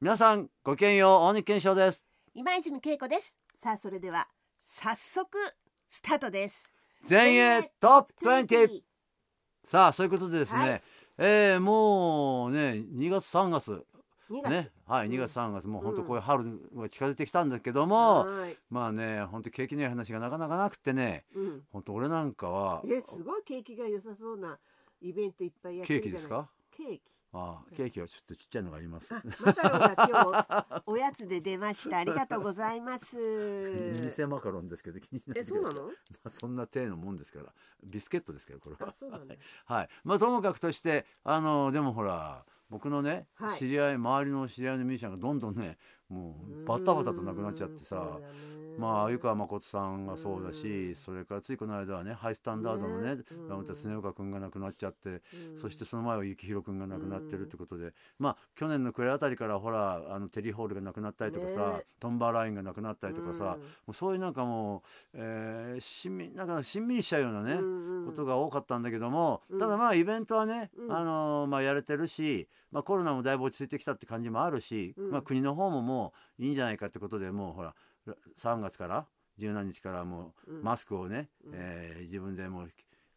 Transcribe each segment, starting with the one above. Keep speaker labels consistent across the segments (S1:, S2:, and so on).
S1: 皆さんごきげんよう大西健翔です
S2: 今泉恵子ですさあそれでは早速スタートです
S1: 全英トップ20さあそういうことでですね、
S2: はい
S1: えーもうね2月3月
S2: 2月
S1: ねはい
S2: うん
S1: 2月3月、もう本
S2: う
S1: 当
S2: ん
S1: こういう春が近づいてきたんだけども、
S2: はい
S1: まあね本当景気のいい話がなかなかなくってね
S2: うん
S1: 本当俺なんかは
S2: えすごい景気が良さそうなイベントいっぱいやっ
S1: ケ
S2: て
S1: ー
S2: る
S1: キ
S2: じゃない
S1: ですか
S2: ケーキ
S1: ああケーキはちょっとちっちゃいのがあります
S2: あ、マカロンが今日おやつで出ましたありがとうございます
S1: 偽マカロンですけど気にな
S2: え
S1: る
S2: そうなの
S1: まあそんな手のもんですからビスケットですけどこれ
S2: あ
S1: は
S2: そうなんだ
S1: はいまあともかくとしてあのでもほら僕のね、
S2: はい
S1: 知り合い周りの知り合いのミュージシャンがどんどんねもうバタバタと亡くなっちゃってさまあ鮎川誠さんがそうだ
S2: う
S1: し
S2: ん
S1: それからついこの間はねハイスタンダードのね
S2: ねうん
S1: ラムタ常岡君が亡くなっちゃってそして
S2: そ
S1: その前は幸宏君が亡くなってるってことで、まあ去年の暮れあたりからほらあのテリーホールが亡くなったりとかさ、
S2: ね
S1: トンバーラインが亡くなったりとかさ、もうそういうなんかもう、えーしんみなんかしんみりしちゃうようなね、ことが多かったんだけども、
S2: うん
S1: ただまあイベントはね、
S2: うん
S1: あのーまあ、やれてるし、まあ、コロナもだいぶ落ち着いてきたって感じもあるし、
S2: うん
S1: まあ、国の方ももういいんじゃないかってことでもうほら3月から十何日からもうマスクをね、
S2: うん
S1: えー自分でもう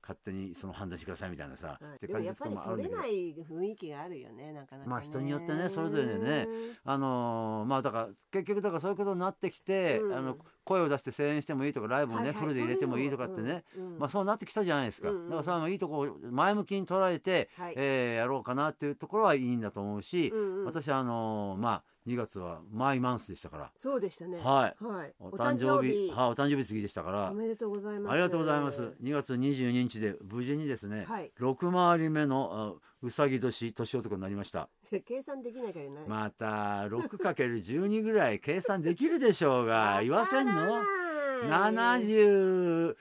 S1: 勝手にその判断してくださいみたいなさ、
S2: はい
S1: って
S2: でも
S1: 感じ
S2: や
S1: の
S2: っ
S1: と
S2: ぱ
S1: こ
S2: り
S1: もあるんだ
S2: 取れ
S1: けど
S2: な。い雰囲気があるよねなかなかね
S1: まあ人によってねそれぞれでねあのーまあだから結局だからそういうことになってきて、
S2: うん
S1: あの声を出して声援してもいいとかライブをね、フルで入れてもいいとかってね、、まあそうなってきたじゃないですか、
S2: うんうん
S1: だからそれはいいとこを前向きに捉えて、
S2: あはい
S1: えーやろうかなっていうところはいいんだと思うし
S2: う、んうん
S1: 私あのーまあ2月はマイマンスでしたから、
S2: そうでしたね
S1: はい
S2: はい
S1: お誕生日
S2: お誕
S1: はいお誕生日過ぎでしたから
S2: おめでとうございます
S1: ありがとうございます2月22日で無事にですね、
S2: はい
S1: 6回り目のあうさぎ年年男になりました
S2: 計算できないからね
S1: また 6×12 ぐらい計算できるでしょうが 言わせんの71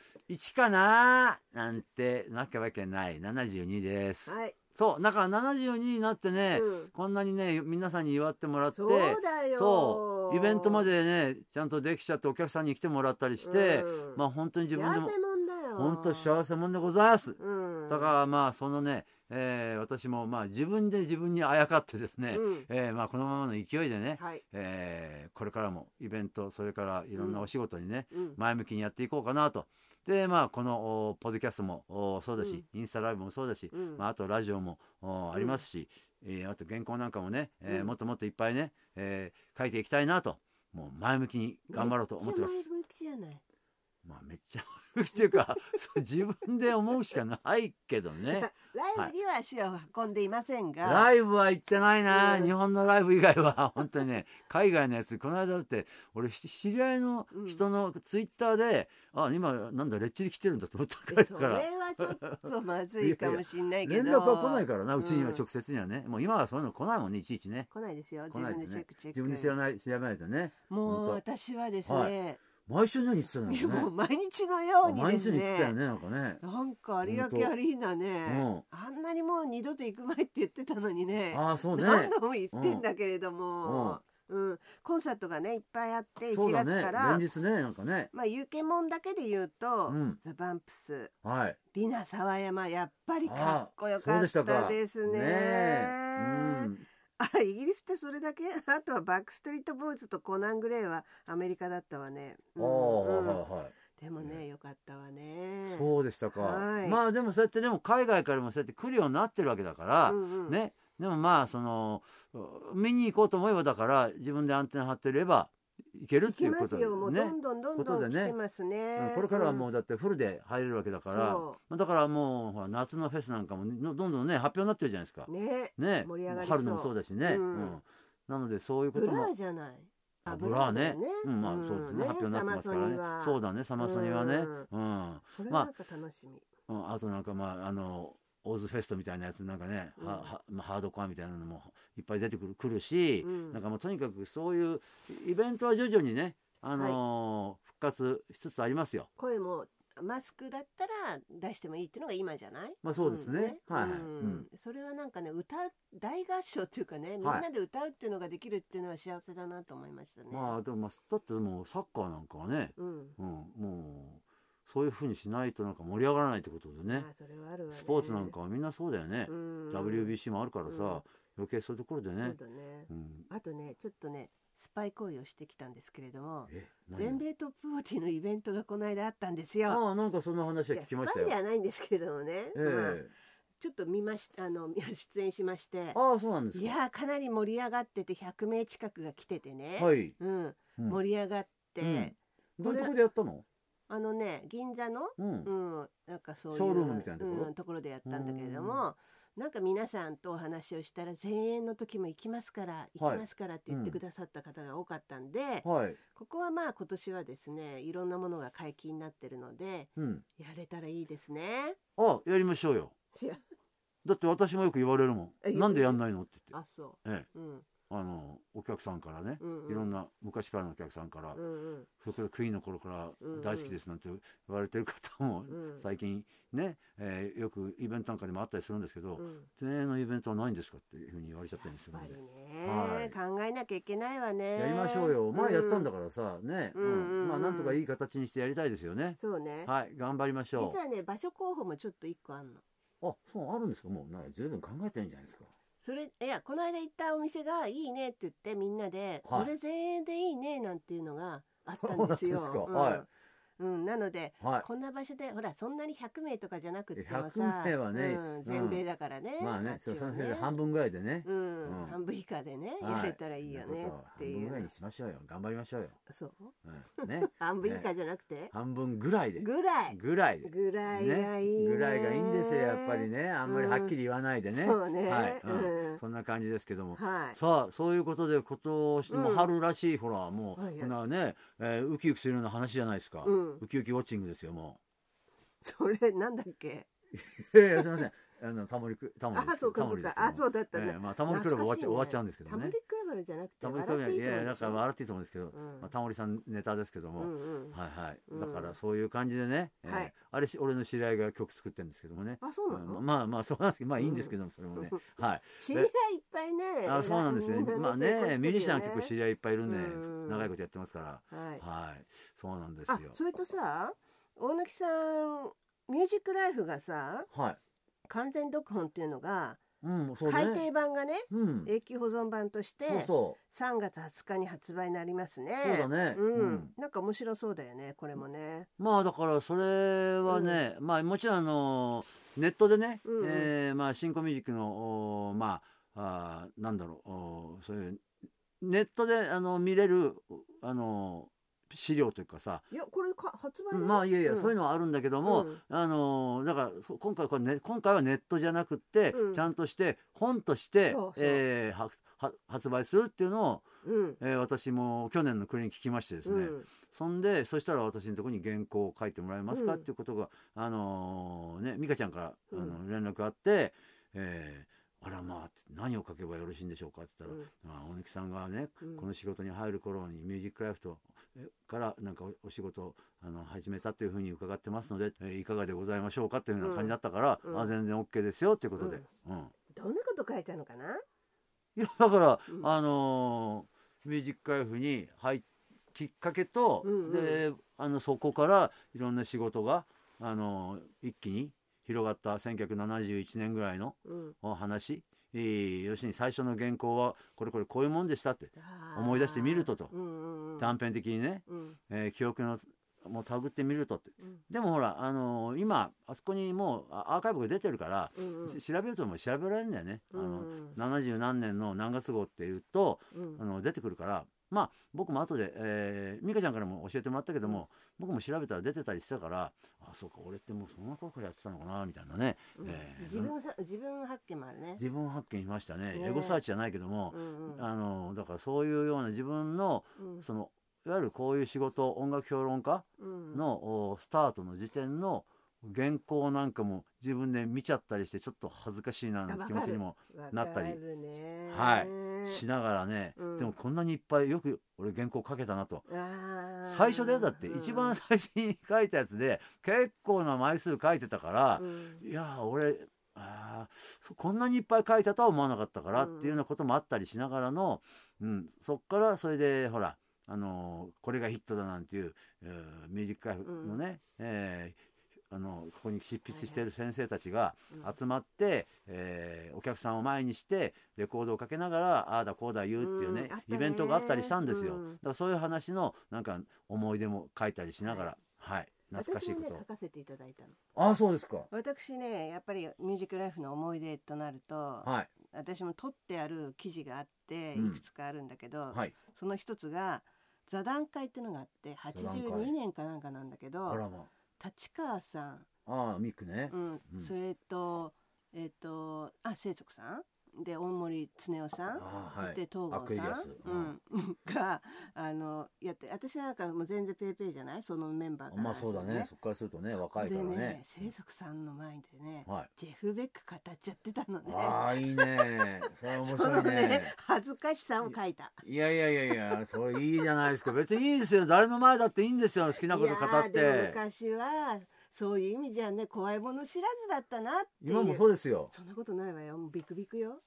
S1: かななんてなきゃわけない72です、
S2: はい、
S1: そうだから72になってね、
S2: うん
S1: こんなにね皆さんに祝ってもらって
S2: そうだよ
S1: そうイベントまでねちゃんとできちゃってお客さんに来てもらったりして、
S2: うん
S1: まあ本当に自分でも
S2: 幸せもんだよ
S1: 本当
S2: せ、
S1: 幸せもんでございます、
S2: うん、
S1: だからまあそのね、えー私もまあ自分で自分にあやかってですね、
S2: うん
S1: えーまあこのままの勢いでね、
S2: はい、
S1: えーこれからもイベントそれからいろんなお仕事にね、
S2: うん
S1: 前向きにやっていこうかなと。でまあこのおポッドキャストもおそうだし、インスタライブもそうだし、
S2: うん
S1: まあ、あとラジオもお
S2: ん
S1: ありますし、えーあと原稿なんかもね、えー
S2: うん
S1: もっともっといっぱいね、えー書いていきたいなともう前向きに頑張ろうと思ってます。
S2: めっちゃ前向きじゃない
S1: まあ、めっちゃ前向きっていうか そう自分で思うしかないけどね
S2: ライブには足を運ん でいませんが、
S1: ライブは行ってないな、
S2: うん
S1: 日本のライブ以外は本当にね海外のやつこの間だって俺ひ知り合いの人のツイッターで、あ今なんだレッチリ来てるんだと思ったから
S2: それはちょっとまずいかもしれないけど
S1: 連絡は来ないからな
S2: うん
S1: うちには直接にはね、もう今はそういうの来ないもんねいちいちね
S2: 来ないですよ
S1: 来ないですね自
S2: 自分
S1: 分で
S2: でチ
S1: 知
S2: ェックチェ
S1: ら
S2: ッ
S1: ない調べないとね
S2: クも
S1: 本
S2: う
S1: 当
S2: 私はです
S1: は
S2: ね、
S1: 毎週のように言ってたの
S2: もう
S1: よね
S2: 毎日のよう
S1: あ毎
S2: にで
S1: 週
S2: す
S1: に言ってたよ
S2: ね
S1: ねなんかね
S2: なんか有明アリーナね、あんなにもう二度と行くまいって言ってたのにね
S1: ああそうね
S2: 何度も言ってんだけれども、うんコンサートがねいっぱいあって
S1: そ
S2: 1
S1: うだ
S2: 月
S1: ね
S2: から、
S1: 連日ねなんかね
S2: まあ有形もんだけで言うと、
S1: うん
S2: ザ・バンプス
S1: はい
S2: リナ沢山やっぱりかっこよ
S1: あ
S2: か
S1: あそ
S2: っ
S1: うでした
S2: た
S1: か
S2: ですね。
S1: ねえうん
S2: あイギリスってそれだけ あとはバックストリートボーイズとコナン・グレイはアメリカだったわね。うん
S1: ああ、
S2: うん
S1: はいはい
S2: でもねよかったわね。
S1: そうでしたか、
S2: はい
S1: まあでもそうやってでも海外からもそうやって来るようになってるわけだから、
S2: んうん、
S1: ねでもまあそのう見に行こうと思えばだから自分でアンテナ張ってれば行けるっ
S2: 行
S1: てい
S2: き
S1: う
S2: ま
S1: こと
S2: す
S1: だ
S2: よ
S1: よ
S2: もう
S1: ね
S2: どんどんどんど
S1: ことで
S2: ん
S1: ね
S2: 来てますね。
S1: うんこれからはも
S2: う
S1: うんだってフルで入れるわけだから、
S2: そ
S1: まあだからもうほら夏のフェスなんかものどんどんね発表になってるじゃないですか
S2: う。ね
S1: ね
S2: 盛り上がりそう
S1: 春のもそうだしね、
S2: うん
S1: うんなのでそういうこ
S2: ブ
S1: と
S2: ラー
S1: も
S2: じゃない。
S1: あブラーね
S2: だよ
S1: うん、まあそうですね、発表になってますか
S2: サマ
S1: ら
S2: ソニ
S1: ね
S2: は
S1: そうだねサマソニはね
S2: う
S1: うん
S2: これはなんか楽しみ。
S1: うん、あとなんかまああのオーズフェストみたいなやつなんかね、
S2: うん
S1: ははまあ、ハードコアみたいなのもいっぱい出てくるくるし、
S2: うん
S1: なんかもうとにかくそういうイベントは徐々にね、あのー復活しつつありますよ。
S2: 声もマスクだったら出してもいいっていうのが今じゃない
S1: まあそうですね。
S2: うん
S1: はいはい、
S2: う
S1: うんん
S2: それはなんかね歌大合唱っていうかねみん
S1: はい
S2: なで歌うっていうのができるっていうのは幸せだなと思いましたね、
S1: まあでもまあだってもうサッカーなんかはね、
S2: うん
S1: うん、もうそういうふうにしないとなんか盛り上がらないってことで
S2: ま
S1: ね
S2: あ。それはあるわね
S1: スポーツなんかはみんなそうだよね。
S2: うん
S1: WBC もあるからさ、余計そういうところで
S2: そう
S1: ね。
S2: だね
S1: うん、
S2: あとねちょっとねスパイ行為をしてきたんですけれども
S1: え何
S2: 全米トップ40のイベントがこの間あったんですよ。
S1: ああなんかそんな話
S2: い
S1: は
S2: や
S1: 聞
S2: ス
S1: き
S2: パ
S1: ました
S2: イ
S1: よ
S2: で。はないんですけれどもね、
S1: え
S2: まあ
S1: え
S2: ちょっと見ましあの 出演しまして
S1: ああそうなんです
S2: い
S1: か。
S2: やーかなり盛り上がってて100名近くが来ててね、
S1: はい。
S2: うん、
S1: うん
S2: 盛り上がって、
S1: うんどういう
S2: これ
S1: ところでやったの？
S2: あのね銀座の、
S1: うん
S2: う。ん、なんかそういう
S1: ショールームみたいなところ
S2: うん、ところでやったんだけれどもなんか皆さんとお話をしたら前演の時も行きますから行きますからって言ってくださった方が多かったんで、
S1: はい。
S2: ここはまあ今年はですねいろんなものが解禁になってるので
S1: うん。
S2: やれたらいいですね。
S1: あやりましょうよ。
S2: いや
S1: だって私もよく言われるも
S2: え
S1: ん。なんでやんないのって言って。
S2: あそ
S1: ええ、
S2: う、うん
S1: あのお客さんからね
S2: う。んうん、
S1: いろんな昔からのお客さんから、
S2: うんうん
S1: それからクイーンの頃から大好きですなんて言われてる方も
S2: うん
S1: 最近ね、えーよくイベントなんかでもあったりするんですけど、
S2: うん
S1: 前衛のイベントはないんですかっていうふうに言われちゃったんですよ
S2: やっ
S1: ね
S2: ぱりね、
S1: はい
S2: 考えなきゃいけないわね
S1: やりましょうよ前やってたんだ
S2: う
S1: からさ、ね、
S2: うんうんうん
S1: まあなんとかいい形にしてやりたいですよね、
S2: そうね、
S1: はい頑張りましょ
S2: 実はね場所候補もちょっと一個あんの
S1: うあそうあるんですかもうなら十分考えてるんじゃないですか
S2: それいやこの間行ったお店がいいねって言ってみんなで、
S1: はい
S2: これ全円でいいねなんていうのがあったんですよ
S1: そうなんですか
S2: うん
S1: はい
S2: うん、なので
S1: はい
S2: こんな場所でほらそんなに100名とかじゃなくってもさ
S1: 100名はね
S2: うん
S1: うん
S2: 全米だからね、
S1: まあ
S2: っ
S1: ね
S2: ち
S1: そう
S2: は
S1: その辺で半分ぐらいでね、
S2: うん
S1: うん
S2: 半分以下でね、
S1: はい
S2: やれたらいいよねって
S1: そんなことは半分
S2: い
S1: ぐらいうにしましょうよ頑張りましょうよ、
S2: そう
S1: うん、ね
S2: 半分以下じゃなくて、
S1: 半分ぐらいで
S2: ぐらい
S1: ぐらいで
S2: ぐらいがいいね
S1: ぐらいがいいんですよやっぱりねあんまりはっきり言わないでね、
S2: そうね
S1: はい、うん
S2: うん
S1: そんな感じですけども、
S2: はい
S1: さあそういうことで今年も
S2: うん
S1: 春らしい、ほらもう
S2: はいはい
S1: こんなね、えーウキウキするような話じゃないですか、
S2: うん
S1: ウキウキウォッチングですよも
S2: それなんだっけ
S1: ういやいやすいませんあのタモリクタモリです
S2: あそうか
S1: タ
S2: そ
S1: モ
S2: う
S1: リです
S2: か
S1: けど
S2: あ
S1: も
S2: そうだったん
S1: え
S2: だ
S1: えまあタモリクラブ終わっちゃ,、終わっちゃうんですけど
S2: タモ
S1: ね
S2: リクラブじゃなくて
S1: タモリ
S2: 笑
S1: クラブ
S2: っていい
S1: いやいやだ
S2: と
S1: から
S2: 思う
S1: 笑っていいと思うんですけど、
S2: うん
S1: まあ、タモリさんネタですけども、
S2: うんうん
S1: はいはい、
S2: うん
S1: だからそういう感じでね、えー
S2: はい
S1: あれし俺の知り合いが曲作ってるんですけどもね
S2: あそうな
S1: まあ
S2: の
S1: まあまあそうなんですけどまあいいんですけどもそれもね、はい
S2: 知り合いいっぱいね
S1: あそうなんですね
S2: みな
S1: まあねミュージシャンは結構
S2: り
S1: 知り合いいっぱいいるんで
S2: うん
S1: 長いことやってますから
S2: はい
S1: はいそうなんです
S2: あ
S1: よ
S2: それとさ大貫さんミュージックライフがさ
S1: はい
S2: 完全読本っていうのが
S1: うんそう
S2: 改
S1: ね
S2: 訂版がね
S1: うん
S2: 永久保存版として
S1: そうそ
S2: 3月20日に発売になりますね
S1: そうだね
S2: う
S1: うんん
S2: なんか面白そうだよねこれもね
S1: うまあだからそれはねまあもちろんあのネットでね
S2: うんうん
S1: えーまあ新コミュージックのおーまああーなんだろうおーそういうネットであの見れるあの資料というかさ
S2: いやこれか発売
S1: う
S2: だよ
S1: んまあいやいや
S2: ん
S1: そういうのはあるんだけども
S2: うん
S1: あのーだからそ今回これ、ね、今回はネットじゃなくって、
S2: うん
S1: ちゃんとして本として
S2: そうそう
S1: えーはは発売するっていうのを、
S2: うん
S1: えー私も去年の暮れに聞きましてですね、
S2: うん
S1: そんでそしたら私のところに原稿を書いてもらえますか、
S2: うん
S1: っていうことが、あのーね、美香ちゃんから、
S2: うん
S1: あの連絡があって「えーあらまあ何を書けばよろしいんでしょうか」って言ったら「あ大貫さんがね
S2: うん
S1: この仕事に入る頃にミュージックライフとえからなんかおお仕事をあの始めたというふうに伺ってますので、えいかがでございましょうかというような感じだったから、
S2: うん
S1: あ全然 OK ですよということで、うん
S2: どんなこと書いたのかない
S1: やだから、
S2: うん
S1: あのーミュージックライフに入っきっかけと、
S2: うんうん
S1: であのそこからいろんな仕事が、あのー一気に広がった1971年ぐらいの
S2: うん
S1: お話、えー要するに最初の原稿はこれこれこういうもんでしたって思い出してみるとと
S2: うんうんうん
S1: 断片的にね、
S2: うん
S1: えー記憶のもうたぐってみるとって
S2: うん
S1: でもほら、あのー今あそこにもうあアーカイブが出てるから、
S2: うんうん
S1: し調べるともう調べられるんだよね。あの
S2: うん
S1: 70何年の何月号っていうと
S2: うん
S1: あの出てくるからまあ僕も後で、えー、美香ちゃんからも教えてもらったけども、僕も調べたら出てたりしてたからあそうか俺ってもうそんな頃からやってたのかなみたいなね、
S2: うん
S1: えー
S2: 自分さ自分発見もあるね。
S1: 自分発見しましたね
S2: ね
S1: エゴサーチじゃないけども
S2: う、んうん
S1: あのだからそういうような自分の
S2: うん
S1: そのいわゆるこういう仕事音楽評論家
S2: うん
S1: の、おスタートの時点の原稿なんかも自分で見ちゃったりしてちょっと恥ずかしいななんて気持ちにもなったり
S2: わかるね
S1: はいしながらね、
S2: うん
S1: でもこんなにいっぱいよく俺原稿書けたなと
S2: あー
S1: 最初でだって一番最初に書いたやつで結構な枚数書いてたから
S2: う、ん
S1: いやー俺あーそこんなにいっぱい書いたとは思わなかったからっ
S2: うん
S1: ていうようなこともあったりしながらの、うん、そっからそれでほら、あのーこれがヒットだなんていう、えーミュージックカイフのね、えーあのここに執筆してる先生たちが集まって、えーお客さんを前にしてレコードをかけながらああだこうだ言うっていうね,、
S2: うんあったね
S1: イベントがあったりしたんですよ、
S2: うん
S1: だからそういう話のなんか思い出も書いたりしながらはい、懐かし
S2: 私
S1: い
S2: も
S1: こ
S2: ね
S1: とを、
S2: 書かせていただいたの
S1: ああそうですか
S2: 私ねやっぱりミュージックライフの思い出となると、
S1: はい
S2: 私も取ってある記事があって
S1: うん
S2: いくつかあるんだけど、
S1: はい
S2: その一つが座談会っていうのがあって
S1: 談会
S2: 82年かなんかなんだけ
S1: あ
S2: ど
S1: らま
S2: 立川さん、
S1: ああミックね、
S2: うん
S1: うん
S2: それとえっ、とあ清徳さんで大森恒夫さん
S1: ああはい
S2: で東
S1: アク
S2: 郷
S1: エリ
S2: さ
S1: ア
S2: ん
S1: ス、
S2: うん、 があのやって私なんかもう全然ペーペーじゃないそのメンバーから
S1: まあそうだねそこからするとね若いから
S2: で
S1: ね
S2: ね清徳さんの前でね
S1: はい
S2: ジェフ・ベック語っちゃってたのね
S1: ああいい ねそれ面
S2: そ
S1: 白
S2: の
S1: いね
S2: ね恥ずかしさを書いた。
S1: いやいやいやいやそれいいじゃないですか別にいいですよ誰の前だっていいんですよ好きなこと語っ
S2: いやーでも
S1: て
S2: 昔はそういう意味じゃね怖いもの知らずだったなっていう
S1: 今もそうですよ
S2: そんなことないわよもうビクビ クよ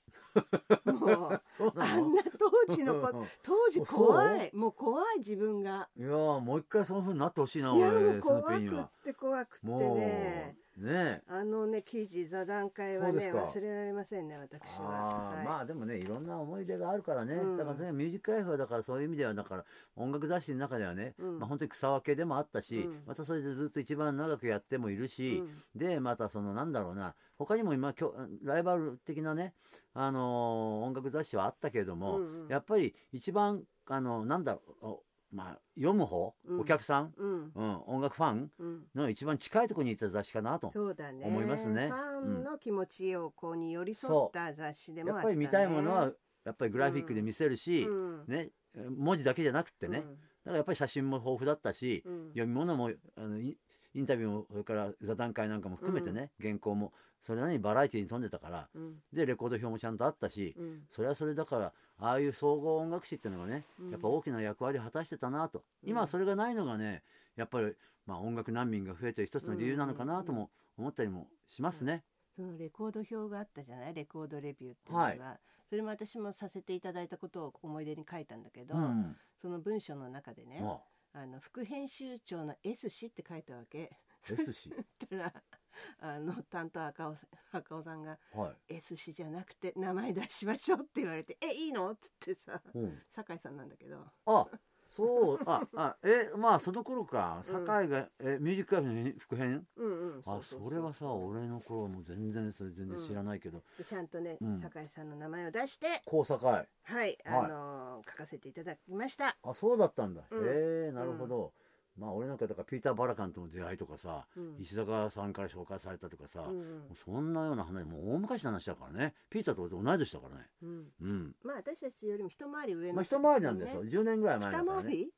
S2: もう
S1: そうな
S2: あん
S1: の
S2: な当時のこ当時怖いもう怖い自分が
S1: いやーもう一回その風になってほしいない俺
S2: やもう
S1: スヌ
S2: 怖
S1: ーピーに
S2: くっ
S1: は
S2: て怖くって
S1: もう
S2: ね
S1: ね
S2: あのね記事座談会は
S1: そう
S2: ね
S1: ですか
S2: 忘れられませんね私は
S1: あー
S2: はい
S1: まあでもねいろんな思い出があるからね、
S2: うん
S1: だからねミュージックライフはだからそういう意味ではだから音楽雑誌の中ではね、
S2: うん
S1: まあ、本当に草分けでもあったし、
S2: うん
S1: またそれでずっと一番長くやってもいる
S2: う
S1: し、
S2: ん
S1: でまたそのなんだろうな他にも今きょライバル的なね、あのー音楽雑誌はあったけれども、
S2: うんうん
S1: やっぱり一番あのなんだろうおまあ読む方、
S2: うん
S1: お客さん、
S2: うん
S1: うん、音楽ファン
S2: うん
S1: の一番近いところにいた雑誌かなと
S2: そうだね
S1: 思いますね
S2: ファ
S1: う
S2: ン
S1: ん
S2: の気持ちをこうに寄り添った雑誌でも
S1: や
S2: あ
S1: っ
S2: った
S1: ぱ
S2: ね
S1: り見たいものはやっぱりグラフィックで見せるし、
S2: うん
S1: ね、文字だけじゃなくってね、だからやっぱり写真も豊富だったし、
S2: うん
S1: 読み物もあのインインタビューもそれから座談会なんかも含めてね、原稿もそれなりにバラエティに富んでたから
S2: うん
S1: でレコード表もちゃんとあったし、
S2: うん
S1: それはそれだからああいう総合音楽誌っていうのがね、
S2: うん
S1: やっぱ大きな役割を果たしてたなと今はそれがないのがねやっぱり、まあ、音楽難民が増えてる一つの理由なのかなとも思ったりもしますね。
S2: そのレコード表があったじゃないレコードレビューっていうのが、
S1: はい
S2: それも私もさせていただいたことを思い出に書いたんだけど、
S1: うん
S2: その文章の中でね、
S1: まあ
S2: あの副編集長の S 氏って書いたわけ
S1: S 氏
S2: たらあの担当赤尾さん赤尾さんが
S1: はい、
S2: 「S 氏じゃなくて名前出しましょう」って言われて「えいいの?」っつってさ
S1: うん
S2: 酒井さんなんだけど
S1: あそうああえまあその頃か
S2: う
S1: 酒
S2: ん
S1: 井が、えミュージックライフの副編
S2: うんうん
S1: あ
S2: うう
S1: それはさ俺の頃も全然それ全然知らないけど
S2: でちゃんとね、
S1: うん
S2: 酒井さんの名前を出して
S1: 「高坂井
S2: はい、あ
S1: はい
S2: のー書かせていただきました。」
S1: あそうだったんだ、
S2: うん
S1: へえなるほど、まあ俺なんかだからピーター・バラカンとの出会いとかさ、
S2: うん
S1: 石坂さんから紹介されたとかさ、
S2: うん
S1: も
S2: うん
S1: うそんなような話もう大昔の話だからねピーターと俺と同い年だからね
S2: うん
S1: うん
S2: まあ私たちよりも一回り上の、
S1: まあ一回りなんですよ、
S2: ね
S1: 10年ぐらい前だ
S2: 二
S1: から
S2: 回
S1: ね
S2: り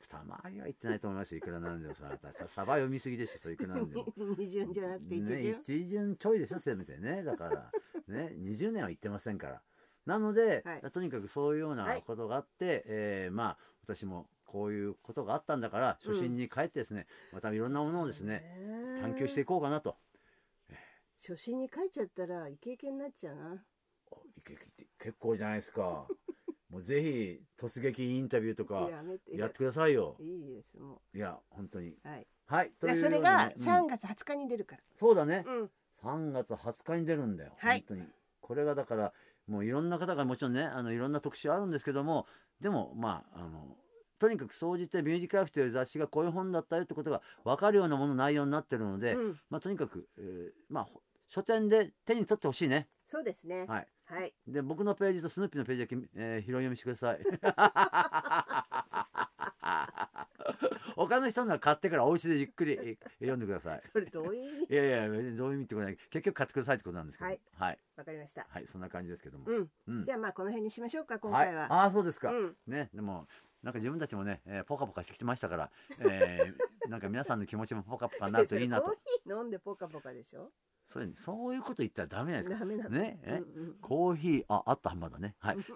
S1: 二回りは言ってないと思いますよいくらなんでもさ私さサバ読みすぎでしょそれいくらなんでも
S2: 二巡じゃなくて一
S1: ね
S2: 巡、
S1: 一巡ちょいですよせめてねだから ね20年は行ってませんからなので、
S2: はい
S1: とにかくそういうような
S2: はい
S1: ことがあって、えーまあ私もこういうことがあったんだから
S2: うん
S1: 初心に帰ってですね、またいろんなものをですね
S2: ね
S1: 探求していこうかなと。
S2: 初心に書いちゃったらイケイケになっちゃうな
S1: おいけいけって結構じゃないですかもうぜひ突撃インタビューとか
S2: やめて
S1: やってくださいよ
S2: いいですも
S1: いや本当に
S2: うはい
S1: はいという
S2: それ
S1: ような
S2: が
S1: ねうん
S2: 三月二十日に出るから
S1: そうだね、
S2: うん
S1: 3月20日に出るんだよ、
S2: はい
S1: 本当にこれがだからもういろんな方がもちろんねあのいろんな特集あるんですけどもでもまああのとにかく総じて「ミュージックライフ」という雑誌がこういう本だったよってことが分かるようなもの内容になってるので、
S2: うん
S1: まあ、とにかく、えーまあ、ほ書店で手に取ってほしいね。
S2: そうですね
S1: はい
S2: はい
S1: で僕のページとスヌーピーのページだけ、えー拾い読みしてください 他の人のは買ってからお家でゆっくりえ読んでください
S2: それどういう 意味
S1: いやいや、別にどういう意味ってことない。結局買ってくださいってことなんですけど。
S2: は
S1: はいい。はい。
S2: わかりました
S1: そんな感じですけども。
S2: うん
S1: うん
S2: じゃあまあこの辺にしましょうか今回は、
S1: い、ああ、そうですか。
S2: うん
S1: ね、でも、なんか自分たちもね、えーポカポカしてきてましたから、え ーなんか皆さんの気持ちもポカポカになるといいな
S2: コー
S1: と。
S2: ヒー飲んでポカポカでしょ
S1: そういう、そういうこと言ったらダメじゃないです
S2: ダメな
S1: か。
S2: の
S1: ね、え、
S2: うんうん
S1: コーヒー、あ、あった、まだね。はい。とい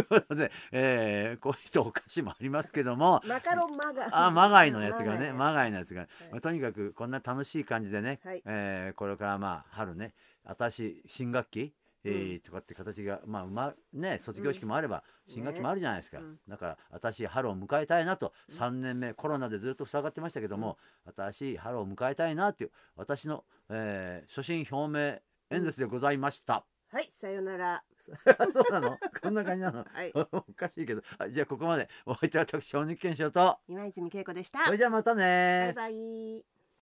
S1: うこと で、えーコーヒーとお菓子もありますけども、
S2: マカロンマガ
S1: あ、マガイのやつがね、マ
S2: マガイ
S1: ガイのやつが、
S2: い
S1: まあとにかくこんな楽しい感じでね、
S2: はい
S1: えーこれからまあ春ね、新しい新学期、えーとかって形が、まあうまね、卒業式もあれば
S2: うん
S1: 新学期もあるじゃないですか、
S2: うん
S1: だから新しい春を迎えたいなと
S2: うん
S1: 3年目コロナでずっと塞がってましたけども新しい春を迎えたいなっていう私の、えー、初心表明演説でございま した。
S2: はいさよなら
S1: そうなのこんな感じなの
S2: はい
S1: おかしいけどはいじゃあここまでお相手は私小日健翔と
S2: 今泉恵子でした
S1: それじゃあまたね
S2: バイバイ